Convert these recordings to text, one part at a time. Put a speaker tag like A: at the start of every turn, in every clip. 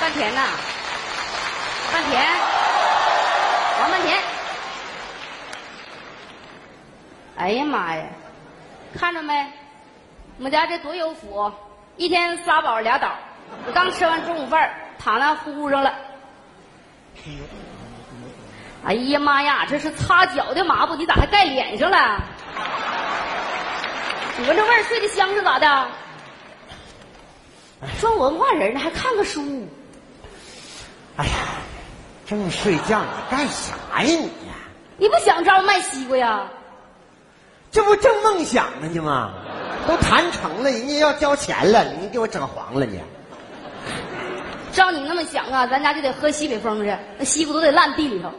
A: 半田呐，半田，王半田。哎呀妈呀，看着没，我们家这多有福，一天仨宝俩倒。我刚吃完中午饭儿，躺那呼呼上了。哎呀妈呀，这是擦脚的抹布，你咋还盖脸上了？你闻这味儿睡得香是咋的？说文化人呢，还看个书，
B: 哎呀，正睡觉呢，干啥呀你呀？
A: 你不想招卖西瓜呀？
B: 这不正梦想呢你吗？都谈成了，人家要交钱了，你给我整黄了你。
A: 照你那么想啊，咱家就得喝西北风去，那西瓜都得烂地里头。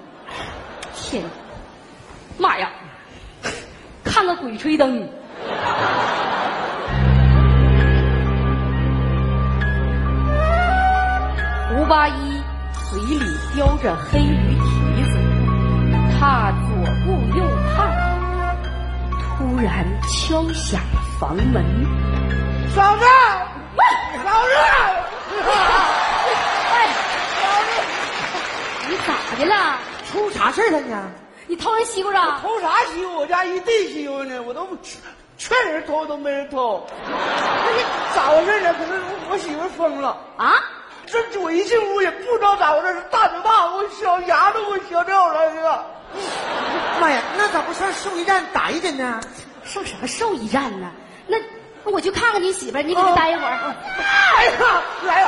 A: 天，妈呀！看个鬼吹灯。吴八一嘴里叼着黑驴蹄子，他左顾右盼，突然敲响房门。
C: 嫂子，
A: 喂，
C: 嫂子，
A: 喂， 你咋的了？
C: 出啥事儿了呢？
A: 你偷人西瓜了？
C: 偷啥西瓜？我家一地西瓜呢，我都劝人偷都没人哎偷，那是咋回事呢？可是我媳妇疯了。
A: 啊？
C: 这这我一进屋也不知道咋回事，大嘴巴我小牙都给我削掉了，这个。
B: 妈哎呀，那咋不上兽医站打一针呢？
A: 上什么兽医站呢？那那我去看看你媳妇儿，你给她待一会儿。
C: 哎呀，来呀，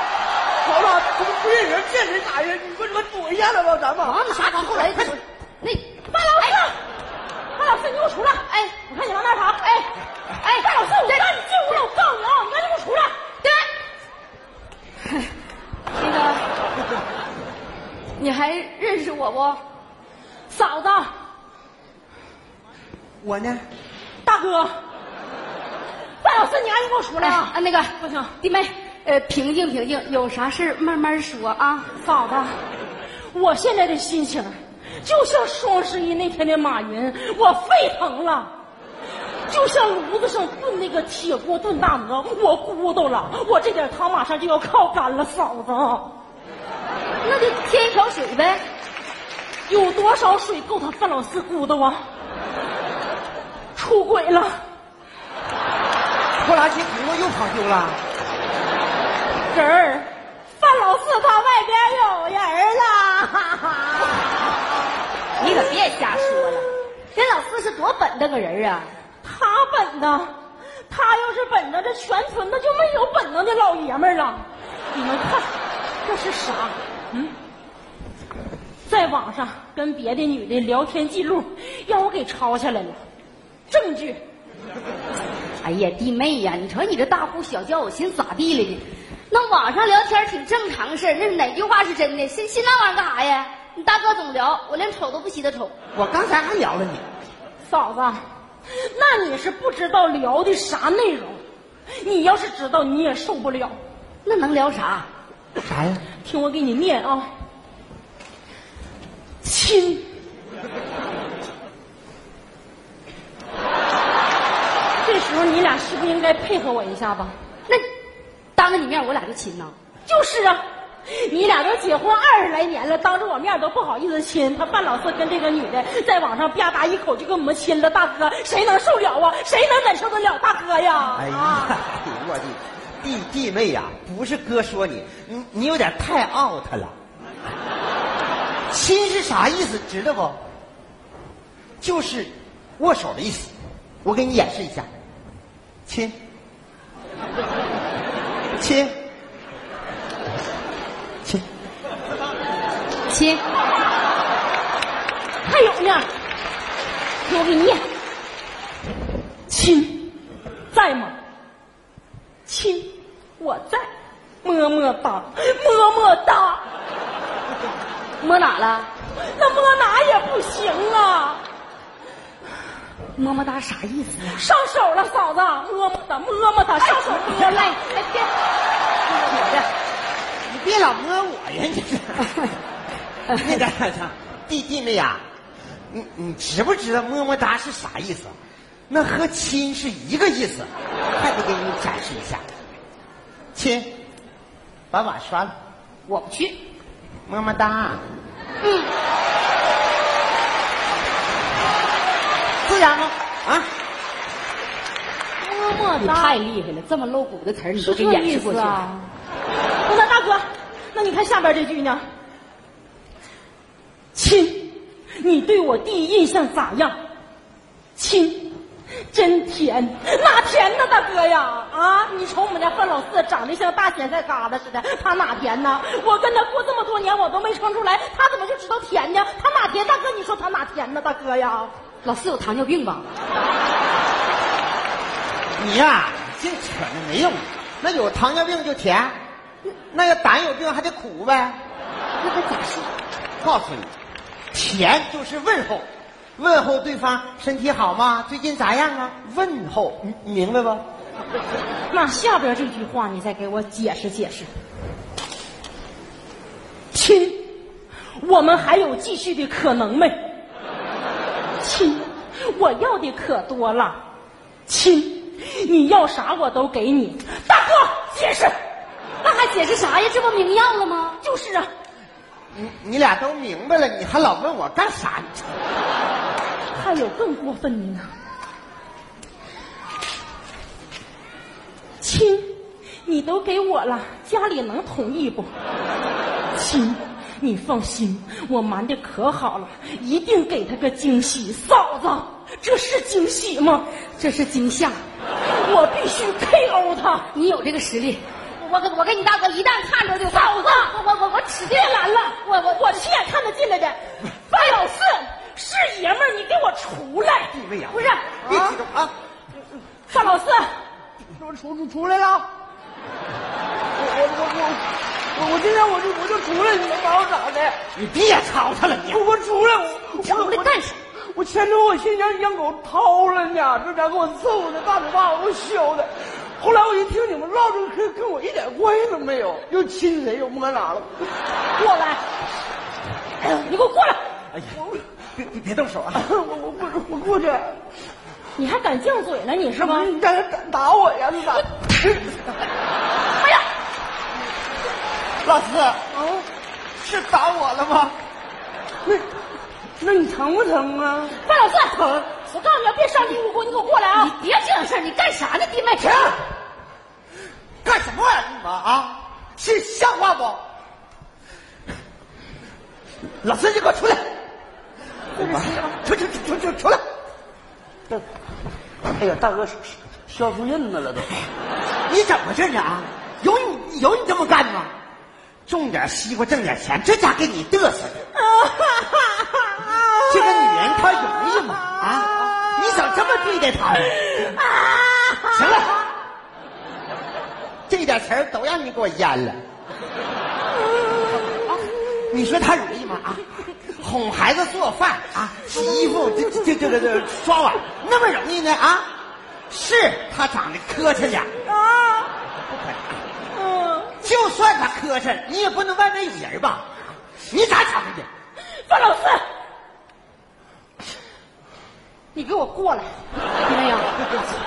C: 嫂子，怎么不认人？见人打人？你说你们躲一下来吧，咱们。
A: 往哪跑？后来他那范老师，范老师，你给我出来！哎，我看你往哪跑？哎，哎，范老师，我让你进屋了，我告诉你啊，你赶紧给我出来！对， 那个，你还认识我不？嫂子，
B: 我呢？
A: 大哥，范老师，你赶紧给我出来啊！啊，那个不行，弟妹，呃，平静平静，有啥事儿慢慢说啊。
D: 嫂子，我现在的心情就像双十一那天的马云，我沸腾了，就像炉子上炖那个铁锅炖大鹅，我咕嘟了，我这点汤马上就要靠干了，嫂子，
A: 那就添一瓢水呗。
D: 有多少水够他范老四咕嘟啊？出轨了，
B: 拖拉机轱辘又跑丢了。
D: 人儿，范老四他外边有人了， 哈哈。
A: 你可别瞎说了，这老四是多本的个人儿啊！
D: 他本的，他要是本着，这全村那就没有本能的老爷们儿了。你们看，这是啥？嗯，在网上跟别的女的聊天记录，让我给抄下来了，证据。
A: 哎呀，弟妹呀，你瞅你这大呼小叫，我寻思咋地了呢？那网上聊天挺正常事儿，那哪句话是真的？信信那玩意儿干啥呀？你大哥总聊，我连瞅都不稀得瞅。
B: 我刚才还聊了你，
D: 嫂子，那你是不知道聊的啥内容，你要是知道，你也受不了。
A: 那能聊啥？
B: 啥呀？
D: 听我给你念啊，亲。这时候你俩是不是应该配合我一下吧？
A: 那当着你面我俩就亲呐？
D: 就是啊，你俩都结婚二十来年了，当着我面都不好意思亲。他范老四跟这个女的在网上吧嗒一口就跟我们亲了，大哥谁能受了啊？谁能忍受得了大哥呀？
B: 哎呀，
D: 啊
B: 哎呦我的弟弟妹呀、不是哥说你，你你有点太 out 了。亲是啥意思？知道不？就是握手的意思。我给你演示一下，亲，亲，亲，
A: 亲，
D: 还有呢，听我给你念，亲，在吗？亲，我在，么么哒，么么哒，
A: 摸哪了？
D: 那摸哪也不行啊，
A: 么么哒啥意思呀、
D: 上手了，嫂子，么么哒，么么哒，上手摸了，
A: 哎哎别，我的。
B: 你别老摸我呀！你这，那个弟弟妹呀、你你知不知道么么哒是啥意思？那和亲是一个意思，快点给你展示一下。亲，把碗刷了。
A: 我不去。
B: 么么哒。
A: 嗯，
B: 这家伙啊，
D: 么么
A: 你
D: 哒
A: 太，厉害了，这么露骨的词儿你
D: 是
A: 都给
D: 这
A: 掩
D: 意
A: 饰过
D: 思
A: 去了。
D: 啊？那大哥，那你看下边这句呢？亲，你对我第一印象咋样？亲，真甜，哪甜呢，大哥呀？啊，你瞅我们家范老四长得像大咸菜疙瘩似的，他哪甜呢？我跟他过这么多年，我都没尝出来，他怎么就知道甜呢？他哪甜？大哥，你说他哪甜呢？大哥呀，
A: 老四有糖尿病吧？
B: 你呀、净扯那没用。那有糖尿病就甜，那要胆有病还得苦呗。
A: 那还咋说？
B: 告诉你，甜就是问候，问候对方身体好吗？最近咋样啊？问候，你你明白不？
D: 那下边这句话你再给我解释解释。亲，我们还有继续的可能没？亲，我要的可多了。亲，你要啥我都给你。大哥，解释。
A: 那还解释啥呀？这不明要了吗？
D: 就是啊，
B: 你你俩都明白了，你还老问我干啥？
D: 还有更过分的呢。亲，你都给我了，家里能同意不？亲，你放心，我瞒的可好了，一定给他个惊喜。嫂子，这是惊喜吗？
A: 这是惊吓，
D: 我必须 KO 他。
A: 你有这个实力。我跟我跟你大哥一旦看着就嫂子，我我我我指定
D: 别拦了，我我我亲眼看得进来的，范
A: 哎
D: 老四是爷们儿，你给我出来！
B: 你
C: 哎
B: 们呀，
D: 不是
B: 别
D: 啊
B: 激动啊！
D: 范老四。
C: 我出出出来了，我我我我我我今天我就我就出来，你能把我咋的？
B: 你别吵他了，你
C: 我我出来，我我
A: 出来
C: 我
A: 干啥？
C: 我前头我心想让狗掏了呢，这家给我揍的，大嘴巴子给我削的。后来我一听你们唠这个嗑，跟我一点关系都 没有，又亲谁又摸哪了。
D: 过来，你给我过来！
B: 哎呀，别别别动手啊！
C: 我我过我过去，
D: 你还敢犟嘴呢，你是
C: 什
D: 吗
C: 么？？你让他打打我呀？ 你咋？
D: 哎呀，
B: 老四，是打我了
C: 哦
B: 吗？
C: 那那你疼不疼啊？
D: 范老四，我告诉你要别伤筋无辜，你给我过来
A: 你
D: 啊！
A: 别这样事儿，你干啥呢，弟妹？停！
B: 干什么玩意儿你们啊？是像话不？老四，你给我出来！出出出出出出来！
C: 哎呀，大哥削削出印子了都。
B: 你怎么回事呢啊？有你有你这么干吗？种点西瓜挣点钱，这家给你嘚瑟的。 这个女人她容易吗？啊，你怎么这么对待她呢？ 行了，这点词儿都让你给我淹了。你说她容易吗？啊，哄孩子做饭啊，洗衣服，这这这这这刷碗，那么容易呢？啊，是她长得磕碜点儿，
D: 啊，嗯，
B: 就算她磕碜，你也不能外面有人吧？你咋想的？
D: 范老四，你给我过来！
A: 弟妹呀，啊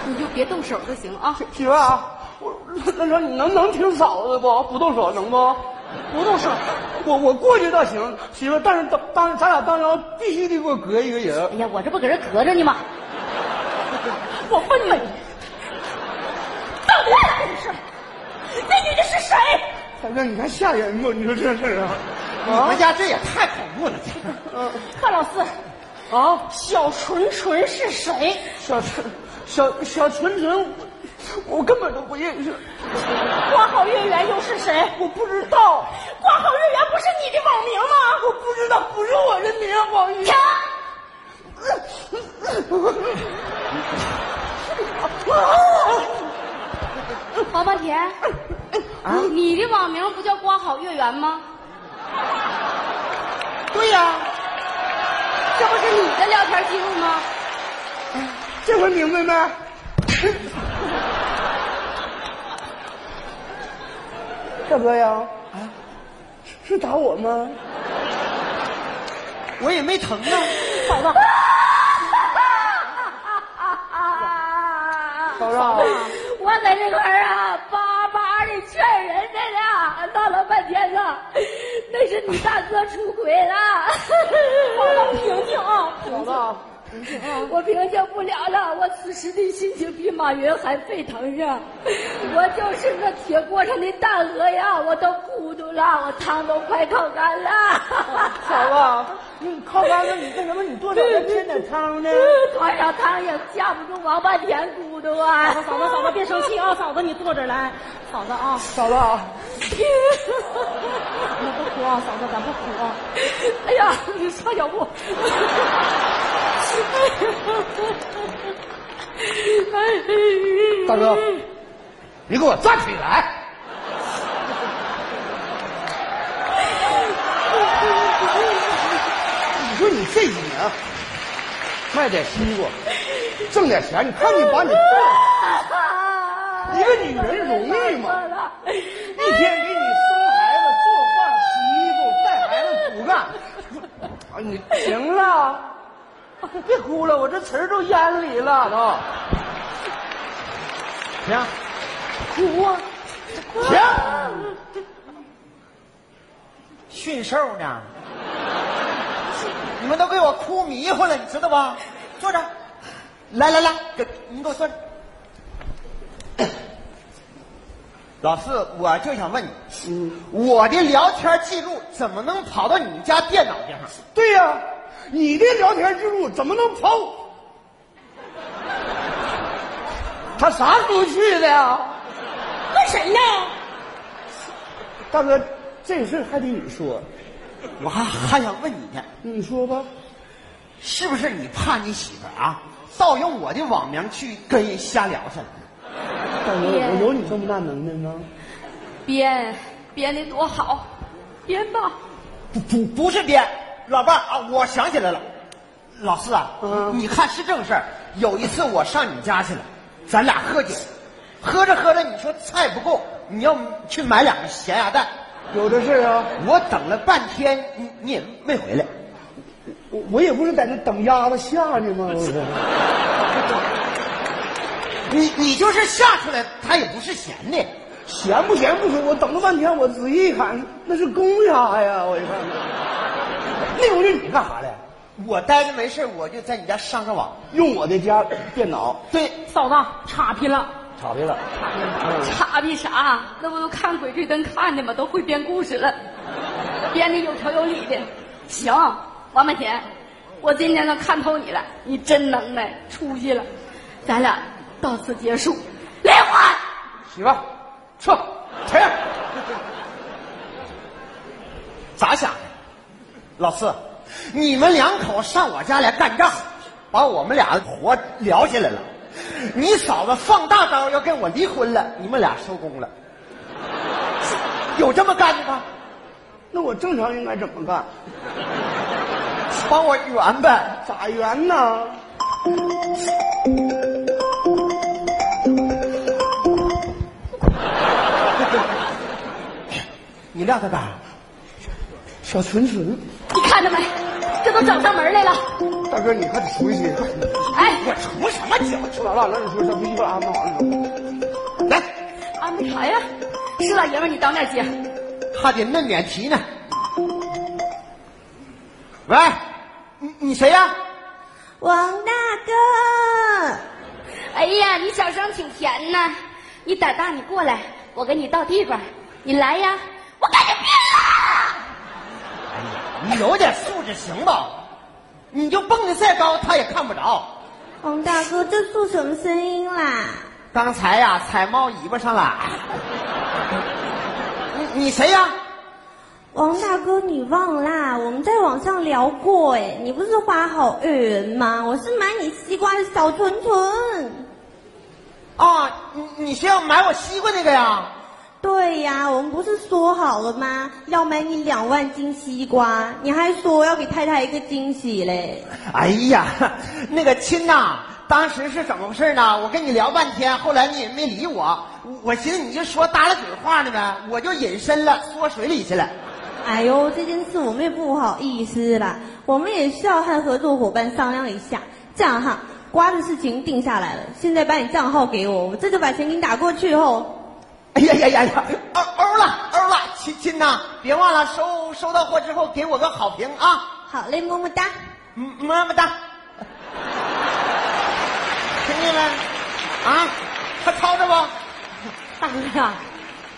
A: 你就别动手就行啊。
C: 媳妇儿啊，我那说你能能听嫂子不？不动手能不？不动手，我我过去倒行，媳妇儿，但是当当咱俩当中必须得给我隔一个人
A: 哎。呀，我这不搁这隔着呢吗？
D: 我问你，到底咋回事？那女的是谁？
C: 大哥，你看吓人不？你说这事儿啊
B: 你们家这也太恐 怖了！
D: 范老四，
C: 啊啊！
D: 小纯纯是谁？
C: 小纯，小小纯纯，我我根本都不认识，
D: 花好月圆又是谁？
C: 我不知道，
D: 花好月圆不是你的网名吗？
C: 我不知道，不是我的名儿，王宇。
A: 王八田，你的网名不叫光好月圆吗？
B: 对呀、
A: 这不是你的聊天记录吗？
C: 这回明白没？ 大哥呀，啊，是打我吗？
B: 我也没疼啊。
D: 嫂子，
C: 嫂子，
D: 啊
A: 我在这块儿啊，巴巴的劝人家呢，那骂了半天呢，那是你大哥出轨
D: 嫂
A: 了。
D: 子平静啊，平
C: 嫂
D: 静。
C: 子，
A: 我平静不了了，我此时的心情比马云还沸腾呢。我就是那铁锅上的大鹅呀，我都咕嘟了，我汤都快烤干了。
C: 嫂子，你靠杆子，你干什么？你多少再添点汤呢？
A: 多
E: 哎
A: 少汤也架不住王八
D: 哎
A: 田咕嘟啊！
D: 嫂子，嫂子，嫂子，别生气啊！嫂子，你坐着来，嫂子啊，
C: 嫂子，
D: 咱不哭啊，嫂子，咱不哭啊。
A: 哎呀，你上脚 步。
B: 大哥，你给我站起来！
C: 你说你这几年卖点西瓜，挣点钱，你看你把你
B: 哎
D: 哎
C: 一个女人容易吗？一天给你生孩子、做饭、洗衣服、带孩子、苦干，啊，你行了，别哭了，我这词儿都咽里了都。
B: 停
C: 哭啊！
B: 停！驯兽呢？你们都给我哭迷糊了，你知道吧？坐着，来来来，给你给我坐着。老四，我就想问你，
C: 嗯
B: 我的聊天记录怎么能跑到你们家电脑上？
C: 对呀、你的聊天记录怎么能跑？他啥时候去的呀？
D: 问谁呢？
C: 大哥，这事儿还得你说，
B: 我还还想问你呢，
C: 你说吧。
B: 是不是你怕你媳妇儿啊，盗用我的网名去跟人瞎聊去了？
C: 大哥，我哎有你这么大能耐吗？
A: 编编的多好，编吧。
B: 不不不是编，老伴儿啊，我想起来了，老四啊，
C: 嗯
B: 你看是正事儿。有一次我上你家去了，咱俩喝酒，喝着喝着你说菜不够，你要去买两个咸鸭蛋，
C: 有这事儿啊。
B: 我等了半天，你你也没回来。
C: 我我也不是在那等鸭子下去吗？我是。
B: 你你就是下出来，它也不是咸的。
C: 闲不闲不说，我等了半天，我仔细一看，那是公鸭呀！我一看，那回是你干啥的？
B: 我待着没事儿我就在你家上上网。
C: 用我的家电脑
B: 对，
D: 嫂子，岔劈了。
C: 查的了。
A: 傻逼啥？啊那不都看《鬼吹灯》看的吗？都会编故事了，编的有条有理的。行，王满田，我今天能看透你了，你真能耐，出息了。咱俩到此结束，离婚。
C: 媳妇儿，撤，停！
B: 咋想的？老四，你们两口上我家来干仗，把我们俩活聊起来了。你嫂子放大招要跟我离婚了，你们俩收工了。有这么干的吗？
C: 那我正常应该怎么干？
B: 帮我圆呗。
C: 咋圆呢？
B: 你晾他干啥？
C: 小纯纯，
A: 你看着没？这都找上门来了。
C: 大哥，你快点出去！
A: 哎，
B: 我出什么脚？
C: 说完了，让你说，这不一会儿安排完了吗？
B: 来，
A: 安排啥呀？是老爷们儿，你当面接。
B: 还得嫩脸皮呢。喂，你你谁呀、
E: 王大哥，
A: 哎呀，你小声挺甜呐！你胆大，你过来，我给你到地方，你来呀！我跟你拼
B: 你有点素质行吧？你就蹦的再高，他也看不着。
E: 王大哥，这做什么声音啦？
B: 刚才呀、踩猫尾巴上了。你你谁呀、
E: 王大哥，你忘啦？我们在网上聊过哎，你不是花好月圆吗？我是买你西瓜的小纯纯。
B: 啊？你你是要买我西瓜那个呀？
E: 对呀、我们不是说好了吗？要买你两万斤西瓜，你还说要给太太一个惊喜嘞。
B: 哎呀， 那个亲呐、当时是怎么回事呢？我跟你聊半天，后来你也没理我，我寻思你就说搭拉嘴话呢呗，我就隐身了，缩水里去了。
E: 哎呦，这件事我们也不好意思啦，我们也需要和合作伙伴商量一下。这样哈，瓜的事情定下来了，现在把你账号给我，我这就把钱给你打过去后。
B: 哎呀呀呀呀！欧欧了，欧了，亲君呐，别忘了收收到货之后给我个好评啊！
E: 好嘞，么么哒。
B: 嗯，么么哒。 听见没？啊，还吵着不？
D: 大哥呀，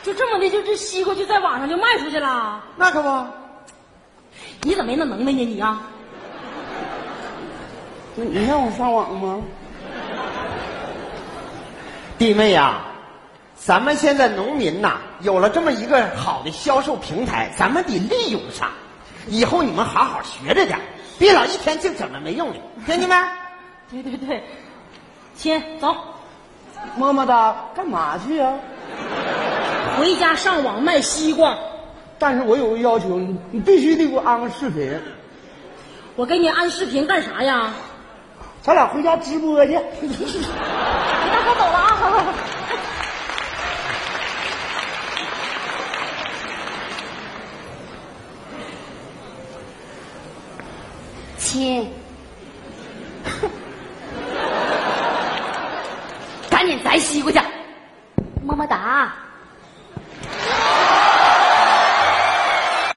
D: 就这么的，就这西瓜就在网上就卖出去了？
B: 那可不。
D: 你怎么没那能耐呢？你啊，
C: 你让我上网吗？
B: 弟妹呀、咱们现在农民呐、有了这么一个好的销售平台，咱们得利用上。以后你们好好学着点，别老一天净整那没用的，听见没？
D: 对对对，亲，走，
C: 么么哒，干嘛去啊？
D: 回家上网卖西瓜。
C: 但是我有个要求，你你必须得给我安个视频，
D: 我给你安视频干啥呀？
C: 咱俩回家直播去。
D: 你大哥走了啊！
A: 亲，赶紧摘西瓜去，么么哒。